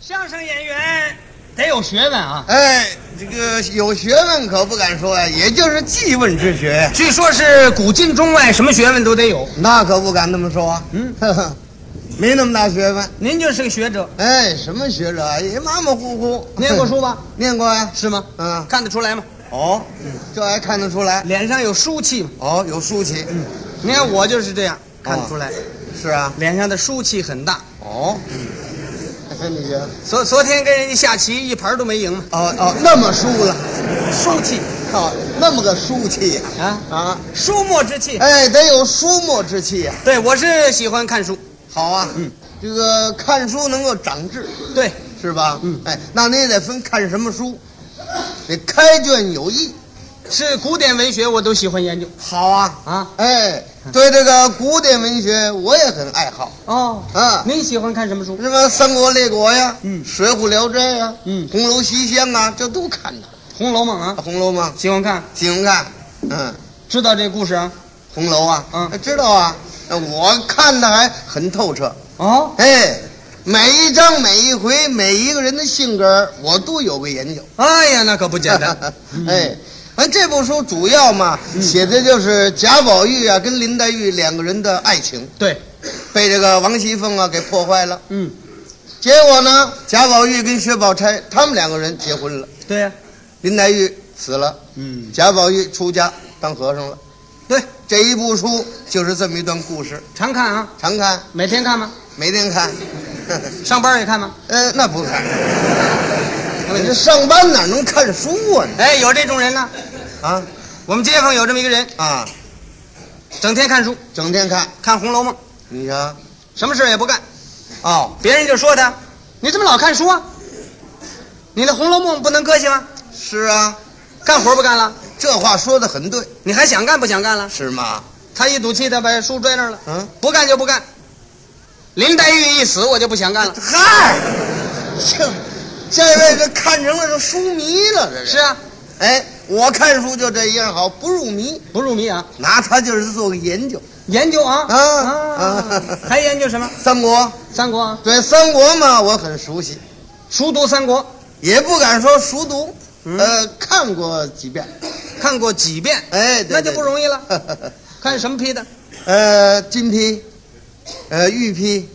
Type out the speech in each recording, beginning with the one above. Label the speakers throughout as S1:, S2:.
S1: 相声演员得有学问啊，
S2: 哎，这个有学问可不敢说呀、也就是记问之学，
S1: 据说是古今中外什么学问都得有。
S2: 那可不敢那么说啊。
S1: 嗯
S2: 呵呵， 没那么大学问。
S1: 您就是个学者，
S2: 哎，什么学者啊？也马马虎虎。
S1: 念过书吧？
S2: 念过呀、
S1: 是吗？
S2: 嗯，
S1: 啊看得出来吗？
S2: 哦，这还看得出来。
S1: 脸上有书气吗？
S2: 哦，有书气。嗯，
S1: 你看我就是这样，看得出来，
S2: 是啊。
S1: 脸上的书气很大。
S2: 哦，你觉得？
S1: 昨昨天跟人家下棋，一盘都没赢嘛，
S2: 哦哦，那么输了，
S1: 书气
S2: 靠，那么个书气呀、
S1: 啊，
S2: 啊！
S1: 书墨之气。
S2: 哎，得有书墨之气呀、
S1: 对，我是喜欢看书。
S2: 好啊，嗯，这个看书能够长智。
S1: 对，
S2: 是吧？嗯，哎，那你也得分看什么书，得开卷有益。
S1: 是古典文学，我都喜欢研究
S2: 好啊，
S1: 啊。
S2: 哎，对这个古典文学我也很爱好
S1: 哦，
S2: 啊，
S1: 您喜欢看什么书？
S2: 什么三国列国呀，
S1: 嗯
S2: 水浒聊斋呀，
S1: 嗯
S2: 红楼西厢啊，这都看呢。
S1: 《红楼梦》啊，
S2: 红楼梦
S1: 喜欢看，
S2: 喜欢看，嗯，
S1: 知道这故事啊？
S2: 红楼啊，
S1: 嗯
S2: 知道啊，那我看的还很透彻，
S1: 哦，
S2: 哎。每一章、每一回、每一个人的性格，我都有个研究。
S1: 哎呀，那可不简单。 嗯
S2: 哎，完这部书主要嘛写的就是贾宝玉啊跟林黛玉两个人的爱情
S1: 对，
S2: 被这个王熙凤啊给破坏了，
S1: 嗯，
S2: 结果呢贾宝玉跟薛宝钗他们两个人结婚了，
S1: 对呀、
S2: 林黛玉死了，
S1: 嗯，
S2: 贾宝玉出家当和尚了。
S1: 对，
S2: 这一部书就是这么一段故事，
S1: 常看啊，
S2: 常看，
S1: 每天看吗？
S2: 每天看。
S1: 上班也看吗？
S2: 呃，那不看，我这上班哪能看书啊？
S1: 哎，有这种人呢、
S2: 啊
S1: 我们街坊有这么一个人，
S2: 啊，
S1: 整天看书，
S2: 整天看，
S1: 看《红楼梦》，
S2: 你瞧，
S1: 什么事儿也不干。
S2: 哦，
S1: 别人就说他：“你怎么老看书啊？你的《红楼梦》不能搁下吗？
S2: 是啊，
S1: 干活不干了，
S2: 这话说的很对，
S1: 你还想干不想干了
S2: 是吗？？”
S1: 他一赌气，他把书拽那儿了。
S2: 嗯，
S1: 不干就不干。林黛玉一死，我就不想 干了。
S2: 嗨，这这位这看成了这书迷了，这
S1: 是。啊，
S2: 哎，我看书就这一样好，不入迷，
S1: 不入迷啊，
S2: 拿它就是做个研究。
S1: 研究啊
S2: 啊啊
S1: 还研究什么？
S2: 三国，
S1: 三国啊，
S2: 对三国嘛，我很熟悉，
S1: 熟读三国，
S2: 也不敢说熟读，
S1: 嗯
S2: 呃，看过几遍。
S1: 看过几遍，
S2: 哎，对
S1: 那就不容易 了。
S2: 了。
S1: 看什么批的？
S2: 呃，金批，呃，玉批，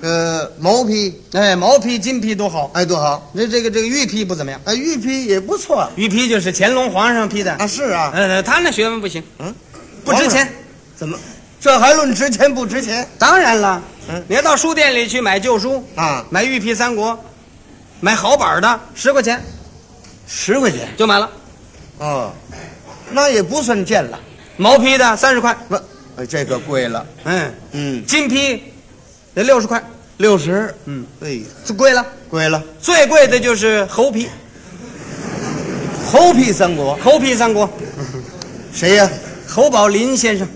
S2: 呃，毛批，
S1: 哎，毛批、金批都好，
S2: 哎，多好。
S1: 这这个这个玉批不怎么样。
S2: 啊，玉批也不错
S1: 玉批就是乾隆皇上批的，
S2: 啊，是啊。
S1: 呃，他那学问不行，
S2: 嗯，
S1: 不值钱。
S2: 怎么？这还论值钱不值钱
S1: 当然了，
S2: 嗯
S1: 你要到书店里去买旧书，
S2: 啊？
S1: 买玉批三国，买好版的，十块钱
S2: 十块钱
S1: 就买了。
S2: 哦，那也不算贱了。
S1: 毛批的三十块，
S2: 不，呃这个贵了。
S1: 嗯，
S2: 嗯，
S1: 金批得六十块，
S2: 六十。
S1: 嗯，
S2: 哎呀，
S1: 就贵了。
S2: 贵了。
S1: 最贵的就是猴皮，
S2: 猴皮三国
S1: 猴皮三国，
S2: 谁呀、
S1: 侯宝林先生。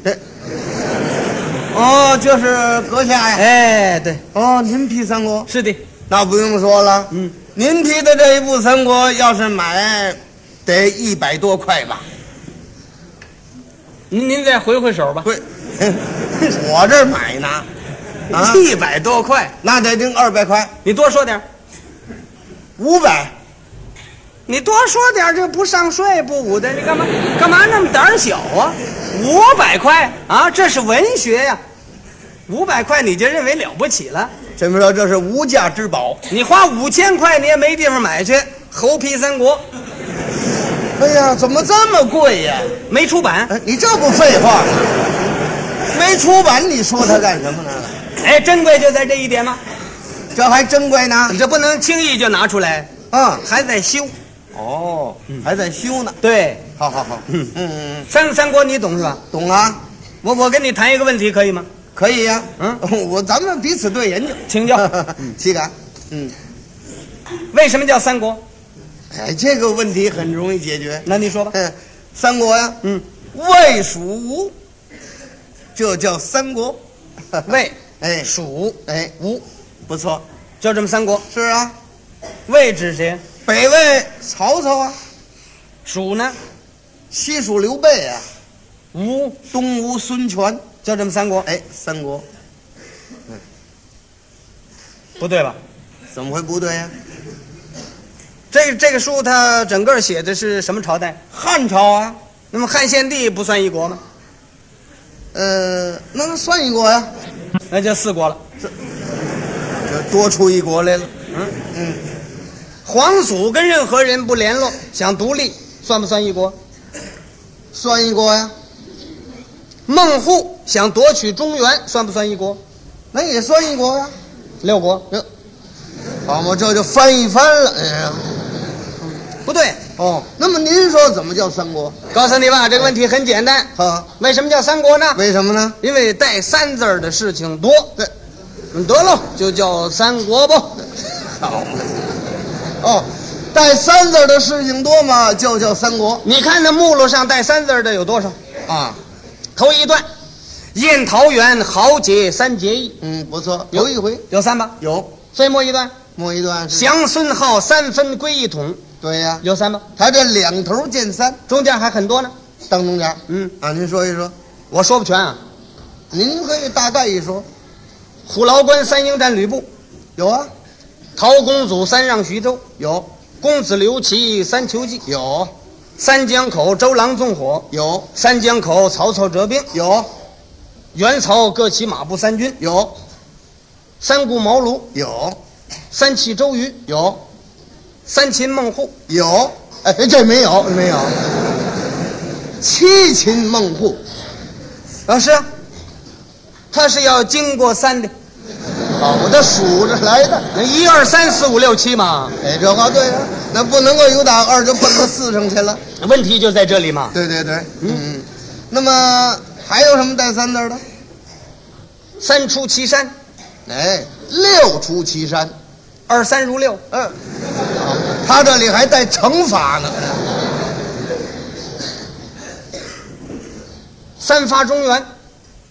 S2: 哦，就是阁下呀。
S1: 哎，对，
S2: 哦，您批三国，
S1: 是的，
S2: 那不用说了。
S1: 嗯，
S2: 您批的这一部三国，要是买，得一百多块吧？
S1: 您您再回回手吧，，
S2: 贵， 我这儿买呢，啊
S1: 一百多块，
S2: 那得定二百块，
S1: 你多说点儿，
S2: 五百。
S1: 你多说点儿，这不上税不武的，你干嘛干嘛那么胆小啊？五百块啊，这是文学呀、五百块你就认为了不起了？
S2: 这么说，这是无价之宝。
S1: 你花五千块你也没地方买去，《猴皮三国》
S2: 哎呀，怎么这么贵呀、
S1: 没出版，
S2: 哎，你这不废话吗？没出版，你说它干什么呢？
S1: 哎，珍贵就在这一点吗？
S2: 这还珍贵呢。
S1: 你这不能轻易就拿出来，
S2: 啊，
S1: 还在修。
S2: 哦，还在修呢。
S1: 对，
S2: 好好好，嗯嗯，
S1: 三三国你懂是吧？
S2: 懂啊，
S1: 我我跟你谈一个问题可以吗？
S2: 可以呀、
S1: 嗯
S2: 我咱们彼此对研究，
S1: 请 教
S2: 岂敢？嗯，
S1: 为什么叫三国？
S2: 哎，这个问题很容易解决。
S1: 那你说吧。
S2: 嗯，三国呀、
S1: 嗯，
S2: 魏蜀吴，这叫三 国。
S1: 魏
S2: 哎
S1: 蜀
S2: 哎吴，不错，
S1: 就这么三国，
S2: 是啊，
S1: 魏指谁？
S2: 北魏曹操啊，
S1: 蜀呢？
S2: 西蜀刘备啊，
S1: 吴
S2: 东吴孙权，哎
S1: 就这么三国，
S2: 哎，三国
S1: 不对吧？
S2: 怎么会不对呀、啊
S1: 这这个书它整个写的是什么朝代？
S2: 汉朝啊，
S1: 那么汉献帝不算一国吗？
S2: 呃，那算一国啊呀、
S1: 那就四国了。
S2: 这多出一国来了。
S1: 皇祖跟任何人不联络，想独立，算不算一国？
S2: 算一国呀、啊
S1: 孟户想夺取中原，算不算一国？
S2: 那也算一国呀、
S1: 六国？
S2: 这，好嘛，这就翻一翻了。哎呀，
S1: 不对，
S2: 哦，那么您说怎么叫三国？
S1: 告诉你吧，啊这个问题很简单。
S2: 啊，
S1: 为什么叫三国呢？
S2: 为什么呢？
S1: 因为带“三”字儿的事情多。嗯
S2: 对，
S1: 得喽，就叫三国吧。
S2: 哦，带三字的事情多嘛，就叫三国
S1: 你看那目录上带“三”字儿的有多少？
S2: 啊。
S1: 头一段，宴桃园，豪杰三结义，
S2: 嗯，不错，有一回嗯
S1: 有三吧？
S2: 有
S1: 最末一段，
S2: 末一段是，
S1: 降孙浩，三分归一统，
S2: 对呀、
S1: 有三吧？
S2: 他这两头见三，
S1: 中间还很多呢。
S2: 当中间。
S1: 嗯，
S2: 啊，您说一说，
S1: 我说不全啊。
S2: 您可以大概一说。
S1: 虎牢关三英战吕布，
S2: 有啊，
S1: 陶公祖三让徐州，
S2: 有
S1: 公子刘琦三求计，
S2: 有
S1: 三江口周郎纵火，
S2: 有
S1: 三江口曹操折兵，
S2: 有
S1: 袁曹各骑马步三军，
S2: 有
S1: 三顾茅庐，
S2: 有
S1: 三气周瑜，
S2: 有
S1: 三秦孟获，
S2: 有，哎，这没有没有。七擒孟获，
S1: 啊是啊，他是要经过三的，
S2: 好，啊我这数着来的。
S1: 那一二三四五六七嘛，
S2: 哎，这话对呀、那不能够有打二就奔到四上去了。
S1: 问题就在这里嘛。
S2: 对对对，嗯，那么还有什么带三字儿的？
S1: 三出祁山，
S2: 哎，六出祁山，
S1: 二三如六，
S2: 嗯、他这里还带乘法呢。
S1: 三发中原，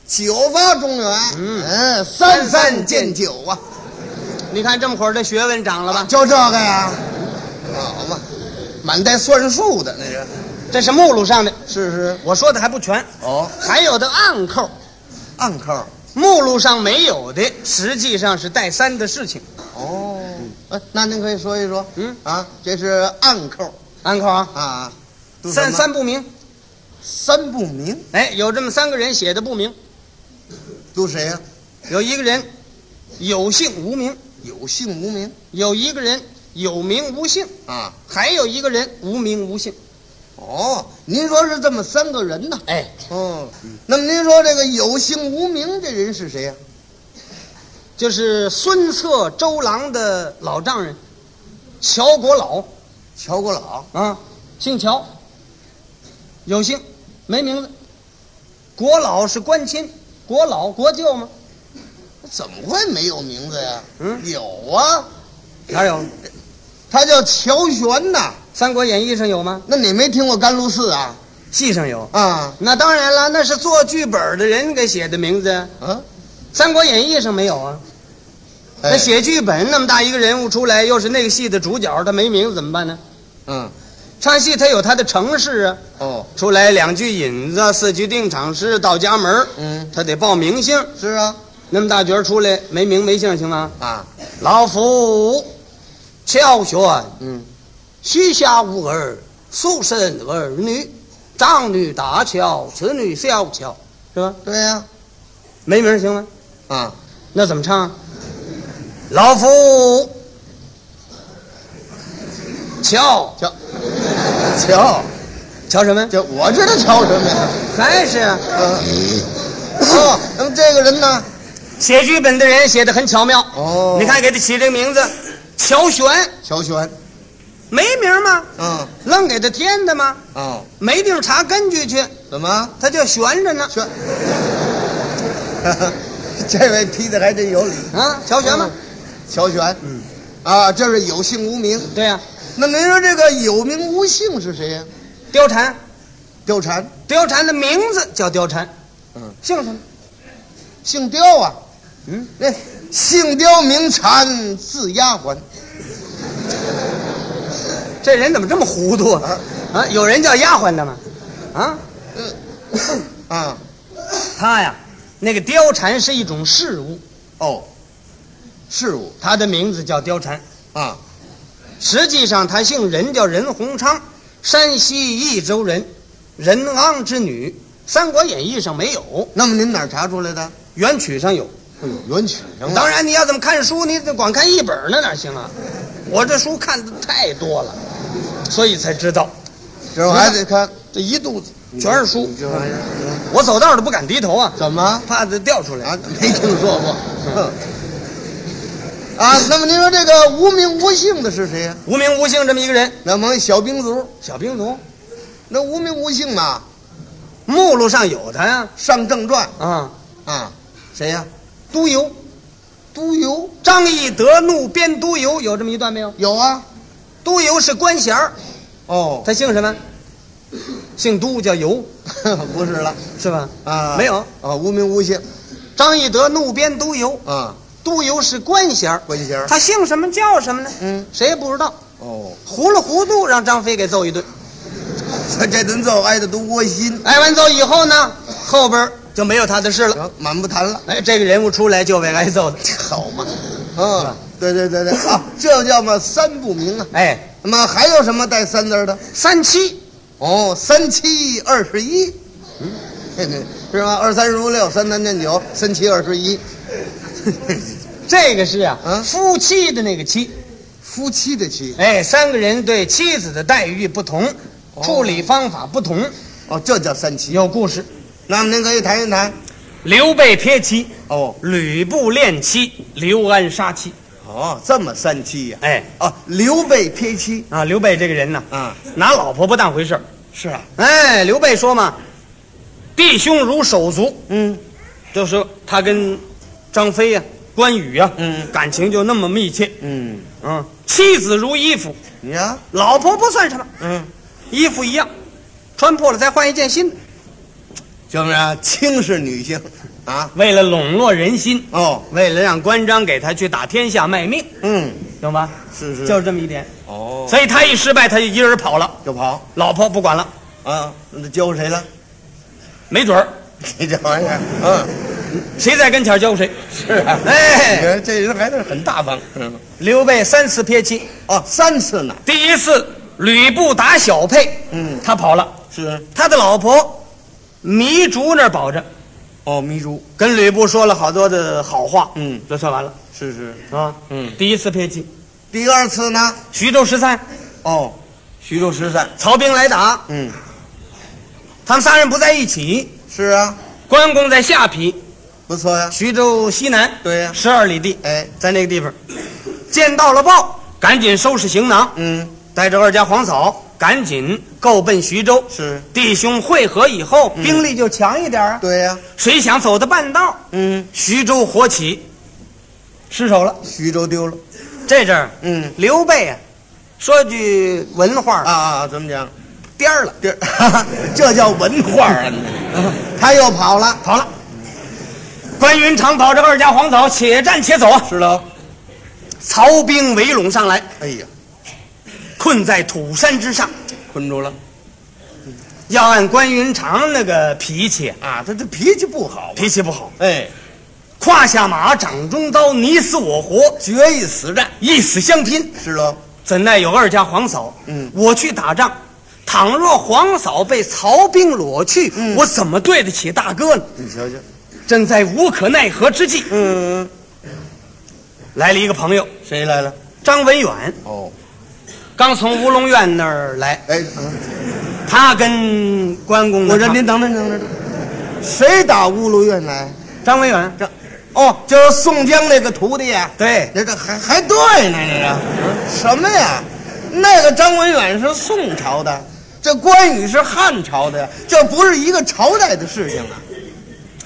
S2: 九发中原，
S1: 嗯
S2: 嗯，三三见九啊，
S1: 你看这么会儿这学问长了吧？
S2: 就这个呀，好嘛，满带算术的那个，
S1: 这是目录上的，
S2: 是是，
S1: 我说的还不全，
S2: 哦，
S1: 还有的暗扣。
S2: 暗扣，
S1: 目录上没有的，实际上是带三的事情。
S2: 哦，哎，那您可以说一说，
S1: 嗯
S2: 啊，这是暗扣
S1: 安扣啊，
S2: 啊，都什
S1: 三
S2: 么
S1: 三不明。
S2: 三不明，
S1: 哎，有这么三个人写的不明，
S2: 都谁呀、
S1: 有一个人有姓无名，
S2: 有姓无名
S1: 有一个人有名无姓，
S2: 啊。
S1: 还有一个人无名无姓。
S2: 哦，您说是这么三个人呢？
S1: 哎，
S2: 哦，那么您说这个有姓无名这人是谁呀、
S1: 就是孙策、周郎的老丈人，乔国老
S2: 乔国老，
S1: 啊，姓乔，有姓，没名字。国老是官亲，国老国舅吗？
S2: 怎么会没有名字呀？
S1: 嗯
S2: 有啊，
S1: 哪有？《
S2: 他叫乔玄呐。
S1: 三国演义》上有吗？
S2: 那你没听过甘露寺啊？
S1: 戏上有。
S2: 啊，
S1: 那当然了，那是做剧本的人给写的名字，《
S2: 啊，
S1: 三国演义》上没有啊。那
S2: 哎，
S1: 写剧本那么大一个人物出来，又是那个戏的主角，他没名字怎么办呢？
S2: 嗯，
S1: 唱戏他有他的程式啊，
S2: 哦，
S1: 出来两句引子，四句定场诗，到家门儿
S2: 嗯，
S1: 他得报名姓。
S2: 是啊，
S1: 那么大角儿出来没名没姓行吗？
S2: 啊，
S1: 老夫乔玄，
S2: 嗯，
S1: 膝下无儿，素生儿女，长女大乔，次女小乔，是吧？
S2: 对呀、
S1: 没名儿行吗？
S2: 啊，
S1: 那怎么唱啊？老夫瞧
S2: 乔，乔，
S1: 瞧什么？
S2: 这我知道乔什么呀？
S1: 还是啊
S2: 嗯、哦，那么这个人呢？
S1: 写剧本的人写的很巧妙。
S2: 哦
S1: 你看给他起这个名字，乔玄，
S2: 乔玄，
S1: 没名吗？
S2: 嗯，
S1: 愣给他添的吗？
S2: 哦，
S1: 没地儿查根据去，
S2: 怎么？
S1: 他就悬着呢。
S2: 这， 这位批的还真有理。
S1: 啊，乔玄吗？
S2: 乔玄，嗯，啊，这是有姓无名。
S1: 对呀、
S2: 那您说这个有名无姓是谁呀、
S1: 貂蝉，
S2: 貂蝉，
S1: 貂蝉的名字叫貂蝉，
S2: 嗯，
S1: 姓什么？
S2: 姓貂啊。
S1: 嗯，
S2: 那姓貂名蝉，字丫鬟。
S1: 这人怎么这么糊涂啊？啊，有人叫丫鬟的吗？啊，
S2: 嗯 啊，
S1: 他呀，那个貂蝉是一种事物，
S2: 哦，事物
S1: 他的名字叫貂蝉，
S2: 啊。
S1: 实际上他姓任，叫任鸿昌，山西益州人，任昂之女，《三国演义》上没有，
S2: 那么您哪儿查出来的？
S1: 元曲上有。
S2: 哎呦，原曲上了
S1: 当然，你要怎么看书，你得光看一本儿那哪行啊？我这书看的太多了，所以才知道
S2: 这我还得看这一肚子
S1: 全是书。
S2: 这玩意儿
S1: 我走道儿都不敢低头啊，
S2: 怎么啊？嗯
S1: 怕它掉出来。
S2: 没听说过。哼啊，那么您说这个无名无姓的是谁呀、
S1: 无名无姓这么一个人，
S2: 那么小兵卒，
S1: 小兵卒，
S2: 那无名无姓嘛，
S1: 目录上有他呀。
S2: 上正传
S1: 啊，
S2: 啊，谁呀、
S1: 都邮，
S2: 都邮
S1: 张翼德怒鞭都邮，有这么一段没有？
S2: 有啊？
S1: 都邮是官衔儿，
S2: 哦，
S1: 他姓什么？姓都叫邮
S2: 不是了
S1: 是吧？
S2: 啊，
S1: 没有。
S2: 啊，无名无姓
S1: 张翼德怒鞭都邮，
S2: 啊，
S1: 都邮是官衔儿，
S2: 关衔儿
S1: 他姓什么叫什么呢？
S2: 嗯，
S1: 谁也不知道。
S2: 哦，
S1: 糊里糊涂让张飞给揍一顿。
S2: 这这顿揍挨的都窝心，
S1: 挨完揍以后呢，后边儿就没有他的事了。
S2: 行，啊满不谈了，
S1: 哎，这个人物出来就被挨揍的。
S2: 好嘛，啊，对对对对啊，这叫嘛三不明啊。
S1: 哎，
S2: 那么还有什么带三字儿的？
S1: 三七
S2: 哦，三七二十一， 嗯，是吧？二三如六，三三见九，三七二十一，
S1: 这个是啊，
S2: 嗯
S1: 夫妻的那个妻。
S2: 夫妻的妻。
S1: 哎，三个人对妻子的待遇不同，
S2: 哦
S1: 处理方法不同，
S2: 哦，这叫三七。
S1: 有故事。
S2: 那么您可以谈一谈。
S1: 刘备撇妻，
S2: 哦，
S1: 吕布恋妻，刘安杀妻。
S2: 哦，这么三七呀、
S1: 哎，
S2: 哦，刘备撇妻。
S1: 啊，刘备这个人呢，
S2: 啊，
S1: 拿老婆不当回事儿。
S2: 是啊。
S1: 哎，刘备说嘛，弟兄如手足，
S2: 嗯，
S1: 就是他跟张飞呀、关羽呀、
S2: 嗯
S1: 感情就那么密切，
S2: 嗯，
S1: 嗯，妻子如衣服，
S2: 你呀、
S1: 老婆不算什么，
S2: 嗯，
S1: 衣服一样，穿破了再换一件新的。
S2: 就是啊，轻视女性啊。
S1: 为了笼络人心，
S2: 哦，
S1: 为了让关张给他去打天下卖命，
S2: 嗯，
S1: 懂吧？
S2: 是是。
S1: 就是这么一点。
S2: 哦，
S1: 所以他一失败，他就一人跑了，
S2: 就跑
S1: 老婆不管了，
S2: 啊，那交给谁了？
S1: 没准儿
S2: 这这玩意儿，嗯，
S1: 谁在跟前儿教谁。
S2: 是啊。
S1: 哎
S2: 你看这人还是很大方。嗯。
S1: 刘备三次撇妻，
S2: 哦，三次呢。
S1: 第一次吕布打小沛，
S2: 嗯
S1: 他跑了。
S2: 是。
S1: 他的老婆糜竺那儿保着，
S2: 哦，迷珠。
S1: 跟吕布说了好多的好话，
S2: 嗯，
S1: 这算完了
S2: 是是。
S1: 啊。
S2: 嗯。
S1: 第一次撇妻，
S2: 第二次呢？
S1: 徐州十三，
S2: 哦，徐州十三。
S1: 曹兵来打，
S2: 嗯，
S1: 他们仨人不在一起，
S2: 是啊，
S1: 关公在下邳，
S2: 不错呀、
S1: 徐州西南，
S2: 对呀
S1: 十二里地，
S2: 哎，
S1: 在那个地方，见到了豹，赶紧收拾行囊，
S2: 嗯，
S1: 带着二家黄嫂，赶紧够奔徐州。
S2: 是，
S1: 弟兄会合以后，兵力就强一点啊。
S2: 嗯对呀、
S1: 谁想走到半道，
S2: 嗯，
S1: 徐州火起，失手了。
S2: 徐州丢了，
S1: 这阵儿，
S2: 嗯，
S1: 刘备啊，说句文化，
S2: 啊啊，怎么讲？
S1: 颠儿了，
S2: 这这叫文化啊！ 他又跑了，
S1: 跑了。关云长保着二家黄嫂，且战且走啊！
S2: 是喽？
S1: 曹兵围拢上来，
S2: 哎呀，
S1: 困在土山之上。
S2: 困住了
S1: 要按关云长那个脾气，
S2: 啊！他这脾气不好，
S1: 脾气不好，
S2: 哎，
S1: 胯下马，掌中刀，你死我活，
S2: 决一死战，
S1: 一死相拼。
S2: 是喽？
S1: 怎奈有二家黄嫂，
S2: 嗯
S1: 我去打仗，倘若黄嫂被曹兵裸去，
S2: 嗯
S1: 我怎么对得起大哥呢？
S2: 你瞧瞧，
S1: 正在无可奈何之际，
S2: 嗯，
S1: 来了一个朋友，
S2: 谁来了？
S1: 张文远，
S2: 哦，
S1: 刚从乌龙院那儿来。
S2: 哎，嗯
S1: 他跟关公呢，
S2: 我说
S1: 他
S2: 您等等等等，谁打乌鲁院来？
S1: 张文远，
S2: 这，哦，就是宋江那个徒弟呀、
S1: 对，
S2: 这这还还对呢，这个什么呀？那个张文远是宋朝的，这关羽是汉朝的呀，这不是一个朝代的事情啊！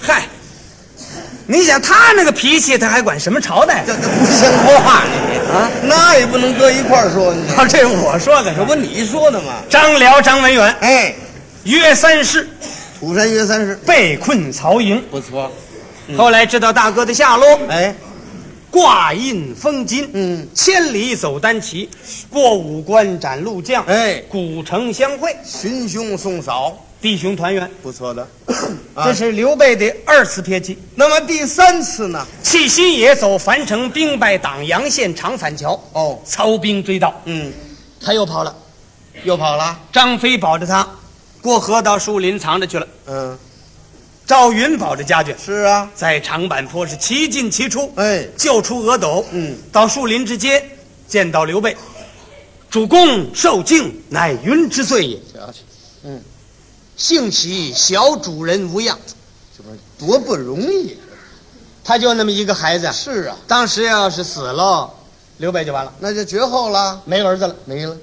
S1: 嗨，你想他那个脾气，他还管什么朝代？
S2: 这这不像话你啊，那也不能搁一块儿说你，
S1: 这是我说的，
S2: 这
S1: 这不
S2: 不你说的吗？
S1: 张辽、张文远
S2: 哎，
S1: 约三世
S2: 土山约三世
S1: 被困曹营，
S2: 不错，
S1: 后来知道大哥的下落，
S2: 哎，
S1: 挂印封金，
S2: 嗯，
S1: 千里走单骑，过五关斩六将，
S2: 哎
S1: 古城相会。
S2: 寻兄送嫂，
S1: 弟兄团圆，
S2: 不 错的。啊
S1: 这是刘备的二次撇气。
S2: 那么第三次呢？
S1: 弃新野走樊城，兵败党阳县长反桥。
S2: 哦，
S1: 曹兵追到，
S2: 嗯，
S1: 他又跑了。
S2: 又跑了。
S1: 张飞保着他，过河到树林藏着去了。
S2: 嗯，
S1: 赵云保着家眷，
S2: 是啊。
S1: 在长坂坡是齐进齐出，
S2: 哎，
S1: 救出额斗。
S2: 嗯，
S1: 到树林之间见到刘备，主公受敬，乃云之罪也。
S2: 瞧瞧，
S1: 幸喜小主人无恙，
S2: 这不是多不容易。
S1: 他就那么一个孩子，
S2: 是啊，
S1: 当时要是死了，刘备就完了，
S2: 那就绝后了，
S1: 没儿子了。
S2: 没了。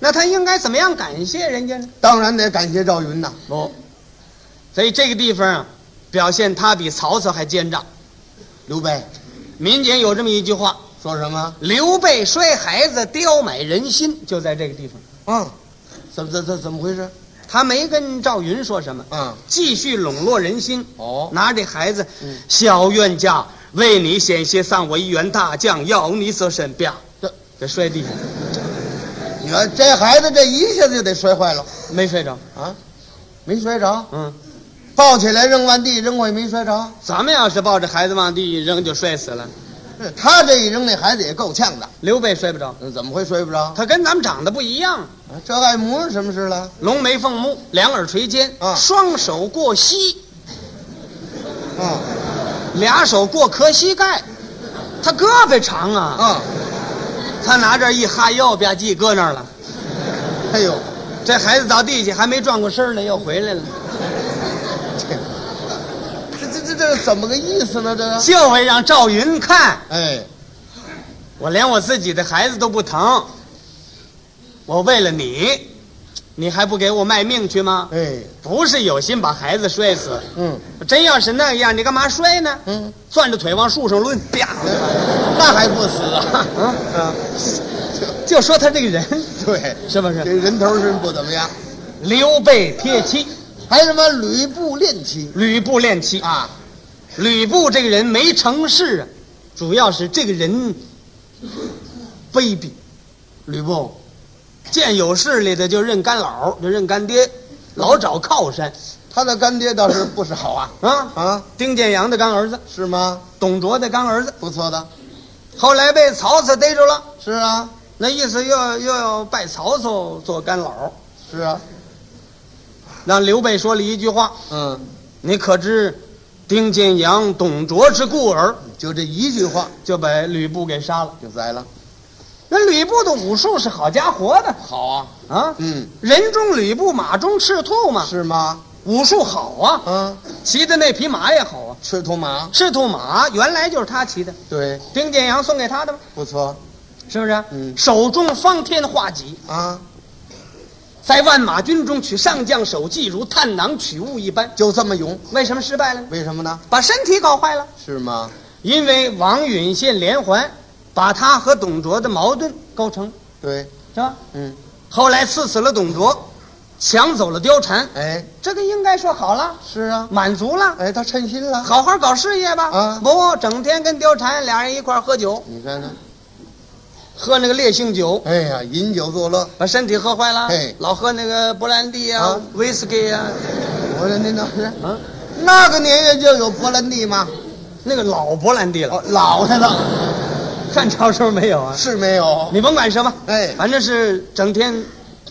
S1: 那他应该怎么样感谢人家呢？
S2: 当然得感谢赵云呐。
S1: 不，哦所以这个地方啊，表现他比曹操还奸诈。
S2: 刘备
S1: 民间有这么一句话
S2: 说什么？：“
S1: 刘备摔孩子，刁买人心。”就在这个地方，
S2: 啊，怎么怎怎怎么回事？
S1: 他没跟赵云说什么，
S2: 啊，
S1: 继续笼络人心。
S2: 哦
S1: 拿这孩子，小冤家，为你险些丧我一员大将，要你所审，啪，这这摔地上，
S2: 你看这孩子这一下子就得摔坏了
S1: 没摔着。
S2: 啊，没摔着，
S1: 嗯，
S2: 抱起来扔完地扔过去没摔着。
S1: 咱们要是抱着孩子往地一扔，就摔死了。
S2: 是他这一扔，那孩子也够呛的，
S1: 刘备摔不着，
S2: 嗯怎么会摔不着？
S1: 他跟咱们长得不一样。
S2: 啊这爱模样什么事了？
S1: 龙眉凤目，两耳垂肩，
S2: 啊
S1: 双手过膝，
S2: 啊
S1: 俩手过磕膝盖，他胳膊长啊，
S2: 啊，
S1: 他拿这一哈腰吧唧搁那儿了，
S2: 哎呦，
S1: 这孩子到地去还没转过身呢，又回来了，
S2: 这这这这怎么个意思呢？这个，
S1: 就会让赵云看，
S2: 哎，
S1: 我连我自己的孩子都不疼，我为了你，你还不给我卖命去吗？
S2: 哎，
S1: 不是有心把孩子摔死，
S2: 嗯
S1: 真要是那样，你干嘛摔呢？
S2: 嗯，
S1: 攥着腿往树上抡，啪！
S2: 那还不死啊？
S1: 啊，
S2: 啊，
S1: 就说他这个人
S2: 对，
S1: 是不是？
S2: 这人头是不怎么样，
S1: 刘备贴妻，
S2: 还什么吕布恋妻
S1: 吕布恋妻。
S2: 啊？
S1: 吕布这个人没成事啊，主要是这个人卑鄙。吕布见有势力的就认干老，就认干爹，老找靠山
S2: 他的干爹倒是不少啊，
S1: 啊。
S2: 啊，
S1: 丁建阳的干儿子，
S2: 是吗？
S1: 董卓的干儿子，
S2: 不错的，
S1: 后来被曹操逮着了，
S2: 是啊，
S1: 那意思又又要拜曹操做干老，
S2: 是啊，
S1: 让刘备说了一句话
S2: 嗯，：“
S1: 你可知丁建阳、董卓之故耳
S2: 就这一句话？”
S1: 就把吕布给杀了。
S2: 就栽了，
S1: 那吕布的武术是好家伙的
S2: 好啊，
S1: 啊，
S2: 嗯，
S1: 人中吕布，马中赤兔嘛，
S2: 啊是吗？
S1: 武术好啊，
S2: 啊，
S1: 骑的那匹马也好啊，
S2: 赤兔马，
S1: 赤兔马原来就是他骑的，
S2: 对，
S1: 丁建阳送给他的嘛，
S2: 不错
S1: 是不是？
S2: 嗯
S1: 手中方天画戟，
S2: 啊，
S1: 在万马军中取上将首级，如探囊取物一般。
S2: 就这么勇，
S1: 为什么失败了呢？
S2: 为什么呢？
S1: 把身体搞坏了，
S2: 是吗？
S1: 因为王允献连环，把他和董卓的矛盾构成，
S2: 对，
S1: 是吧？
S2: 嗯，
S1: 后来刺死了董卓，抢走了貂蝉，
S2: 哎，
S1: 这个应该说好了，
S2: 是啊，
S1: 满足了，
S2: 哎，他称心了，，
S1: 好好搞事业吧。
S2: 啊
S1: 不，整天跟貂蝉俩人一块儿喝酒，
S2: 你看看，
S1: 喝那个烈性酒，
S2: 哎呀，饮酒作乐，
S1: 把身体喝坏了
S2: 哎。
S1: 老喝那个勃兰地啊
S2: 啊、
S1: 威士忌啊，
S2: 我说您倒是，
S1: 啊，
S2: 那个年月就有勃兰地吗？
S1: 那个老勃兰地了
S2: 哦，，老的了，
S1: 汉朝时候没有啊。
S2: 是没有，
S1: 你甭管什么，
S2: 哎
S1: 反正是整天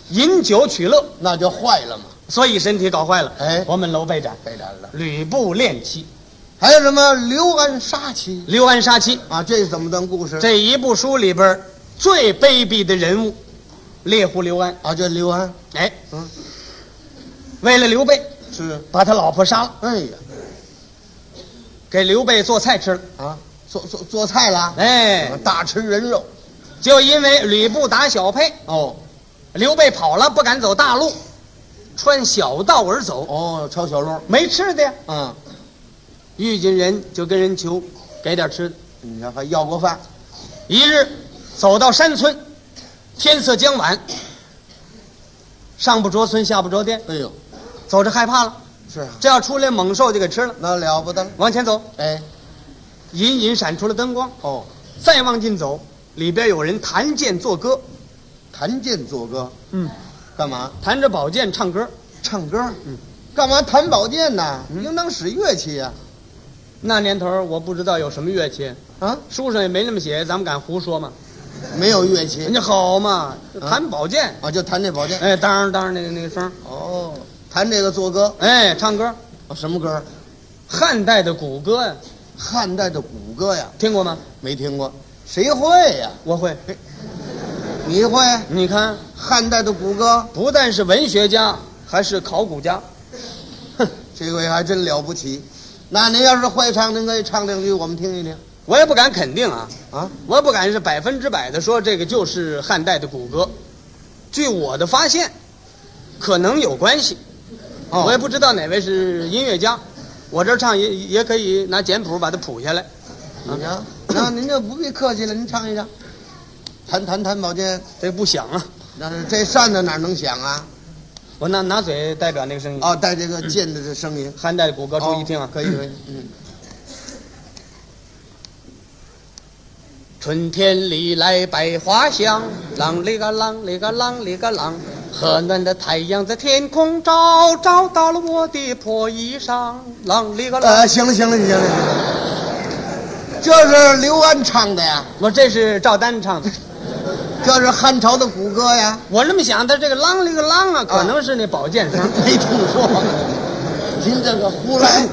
S1: 饮酒取乐，
S2: 那就坏了嘛，
S1: 所以身体搞坏了。
S2: 哎
S1: 我们楼备战，
S2: 被斩了。
S1: 吕布恋妻，
S2: 还有什么刘安杀妻
S1: 刘安杀妻，
S2: 啊？这是怎么段故事？
S1: 这一部书里边儿最卑鄙的人物，猎户刘安。
S2: 啊，这刘安
S1: 哎，
S2: 嗯，
S1: 为了刘备，
S2: 是，
S1: 把他老婆杀了，
S2: 哎呀，
S1: 给刘备做菜吃了。
S2: 啊，做做做菜了。
S1: 哎，
S2: 大吃人肉
S1: 就因为吕布打小沛，
S2: 哦
S1: 刘备跑了，不敢走大路，穿小道而走，
S2: 哦，抄小路，
S1: 没吃的呀。
S2: 嗯，
S1: 遇见人就跟人求，给点吃的。
S2: 你看还要过饭，
S1: 一日，走到山村，天色将晚，上不着村下不着店，
S2: 哎呦，
S1: 走着害怕了，
S2: 是啊，
S1: 这要出来猛兽就给吃了。
S2: 那了不得了，
S1: 往前走，
S2: 哎
S1: 隐隐闪出了灯光，
S2: 哦，
S1: 再往进走，里边有人弹剑作歌。
S2: 弹剑作歌
S1: 嗯，
S2: 干嘛？
S1: 弹着宝剑唱歌，
S2: 唱歌，嗯，干嘛弹宝剑呢？应当使乐器呀、
S1: 那年头儿我不知道有什么乐器，
S2: 啊！啊，
S1: 书上也没那么写，咱们敢胡说吗？
S2: 没有乐
S1: 人
S2: 器
S1: 家好嘛，弹宝剑，
S2: 啊，就弹这宝剑。
S1: 哎，当当那个那个声儿，
S2: 哦，弹这个做歌，
S1: 哎，唱歌，
S2: 啊什么歌？
S1: 汉代的古歌呀，
S2: 汉代的古歌呀，
S1: 听过吗？
S2: 没听过，谁会呀？
S1: 我会，
S2: 你会
S1: 你看，
S2: 汉代的古歌？
S1: 不但是文学家，还是考古家。哼，
S2: 这位还真了不起。那您要是会唱，您可以唱两句，我们听一听
S1: 我也不敢肯定啊，
S2: 啊。
S1: 我也不敢是百分之百的说这个就是汉代的古歌。据我的发现，可能有关系。
S2: 哦
S1: 我也不知道哪位是音乐家，我这儿唱也也可以拿简谱把它谱下来。
S2: 你瞧，啊那您就不必客气了，您唱一唱。弹弹弹宝剑，
S1: 这不响啊，
S2: 那是这扇子哪能响啊？
S1: 我拿拿嘴代表那个声音。
S2: 哦，带这个剑的这声音。
S1: 汉代的古歌，注意听啊
S2: 哦，可以可以，嗯，
S1: 春天里来百花香，啷哩个啷哩个啷哩个啷，和暖的太阳在天空照，照到了我的破衣裳，啷哩个啷。
S2: 呃，行了行了行了行了，这是刘安唱的呀，
S1: 我这是赵丹唱的，
S2: 这是汉朝的古歌呀，
S1: 我这么想，他这个啷哩个啷啊，可能是那宝剑 声。
S2: 没听说过。您这个胡 来，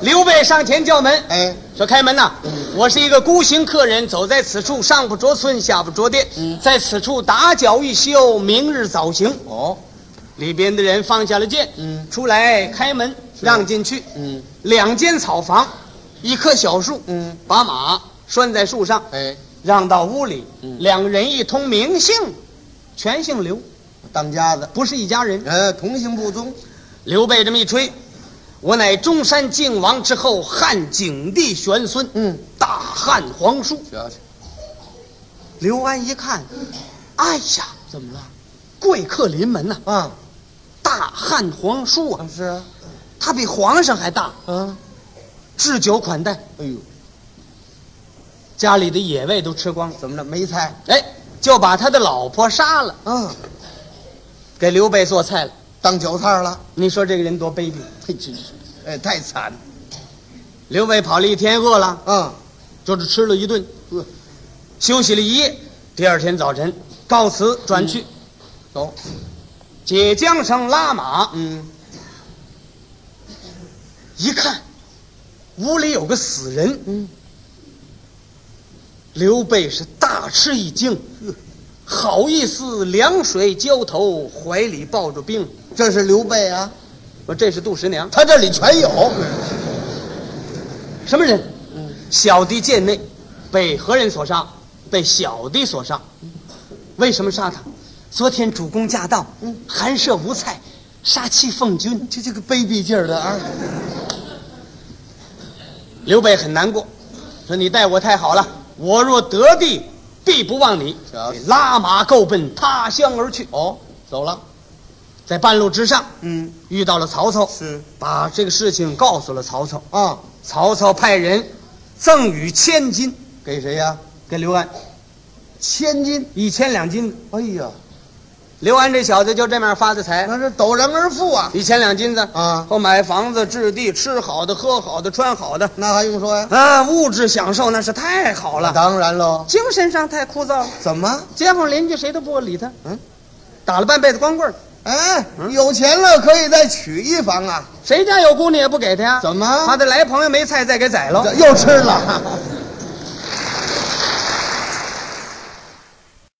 S1: 刘备上前叫门，
S2: 哎，
S1: 说开门呐，我是一个孤行客人，走在此处，上不着村，下不着店，
S2: 嗯
S1: 在此处打搅一宿，明日早行。
S2: 哦，
S1: 里边的人放下了剑，
S2: 嗯
S1: 出来开门让进去，
S2: 嗯，
S1: 两间草房，一棵小树，
S2: 嗯，
S1: 把马拴在树上，
S2: 哎，
S1: 让到屋里，
S2: 嗯
S1: 两人一通名姓，全姓刘，
S2: 当家的，
S1: 不是一家人。
S2: 呃，同姓不宗，
S1: 刘备这么一吹，我乃中山靖王之后汉景帝玄孙，
S2: 嗯，
S1: 大汉皇叔。
S2: 瞧瞧，
S1: 刘安一看，哎呀，
S2: 怎么了？
S1: 贵客临门呐、
S2: 啊，
S1: 大汉皇叔啊，
S2: 是啊，
S1: 他比皇上还大，
S2: 啊，
S1: 置酒款待，
S2: 哎呦，
S1: 家里的野味都吃光了，
S2: 怎么了？没菜
S1: 哎，就把他的老婆杀了，
S2: 啊，
S1: 给刘备做菜了。
S2: 当韭菜了，
S1: 你说这个人多卑鄙！
S2: 嘿，真是，哎，太惨了
S1: 刘备跑了一天，饿了，
S2: 啊，
S1: 就是吃了一顿，
S2: 呵，
S1: 休息了一夜。第二天早晨，告辞转去，
S2: 走，
S1: 解缰绳拉马，
S2: 嗯，
S1: 一看，屋里有个死人。
S2: 嗯，
S1: 刘备是大吃一惊，好意思凉水浇头，怀里抱着冰。
S2: 这是刘备啊，
S1: 我这是杜十娘，
S2: 他这里全有，
S1: 什么人？
S2: 嗯，
S1: 小弟贱内，被何人所杀？被小弟所杀。为什么杀他？昨天主公驾到，
S2: 嗯
S1: 寒舍无菜，杀气奉君。
S2: 这这个卑鄙劲儿的啊，
S1: 刘备很难过，说：“你待我太好了，我若得地，必不忘你。
S2: 瞧瞧”
S1: 拉马够奔他乡而去。
S2: 哦，走了，
S1: 在半路之上，
S2: 嗯，
S1: 遇到了曹操，
S2: 是
S1: 把这个事情告诉了曹操。
S2: 啊，
S1: 曹操派人赠与千金
S2: 给谁呀、
S1: 给刘安，
S2: 千金，
S1: 一千两金子。
S2: 哎呀，
S1: 刘安这小子就这样发的财，
S2: 那是陡然而富啊，
S1: 一千两金子
S2: 啊
S1: 后买房子、置地、吃好的、喝好的、穿好的，
S2: 那还用说呀、
S1: 啊，物质享受那是太好了，
S2: 当然喽，
S1: 精神上太枯燥了。
S2: 怎么？
S1: 街坊邻居谁都不理他，
S2: 嗯，
S1: 打了半辈子光棍儿，
S2: 哎，有钱了可以再娶一房啊？
S1: 谁家有姑娘也不给他呀？
S2: 怎么
S1: 怕他来朋友没菜再给宰了？
S2: 又吃了？